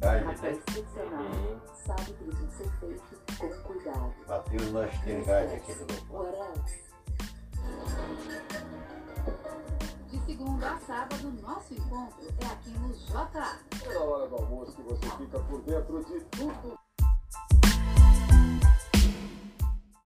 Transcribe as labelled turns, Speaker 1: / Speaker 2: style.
Speaker 1: cair.
Speaker 2: A profissional
Speaker 3: Uhum.
Speaker 2: sabe que precisam ser feitos com cuidado.
Speaker 1: Bateu os nós aqui do meu
Speaker 2: What
Speaker 4: é
Speaker 2: else?
Speaker 4: De segunda a sábado, nosso encontro é aqui no JA.
Speaker 5: É na hora do almoço que você fica por dentro de tudo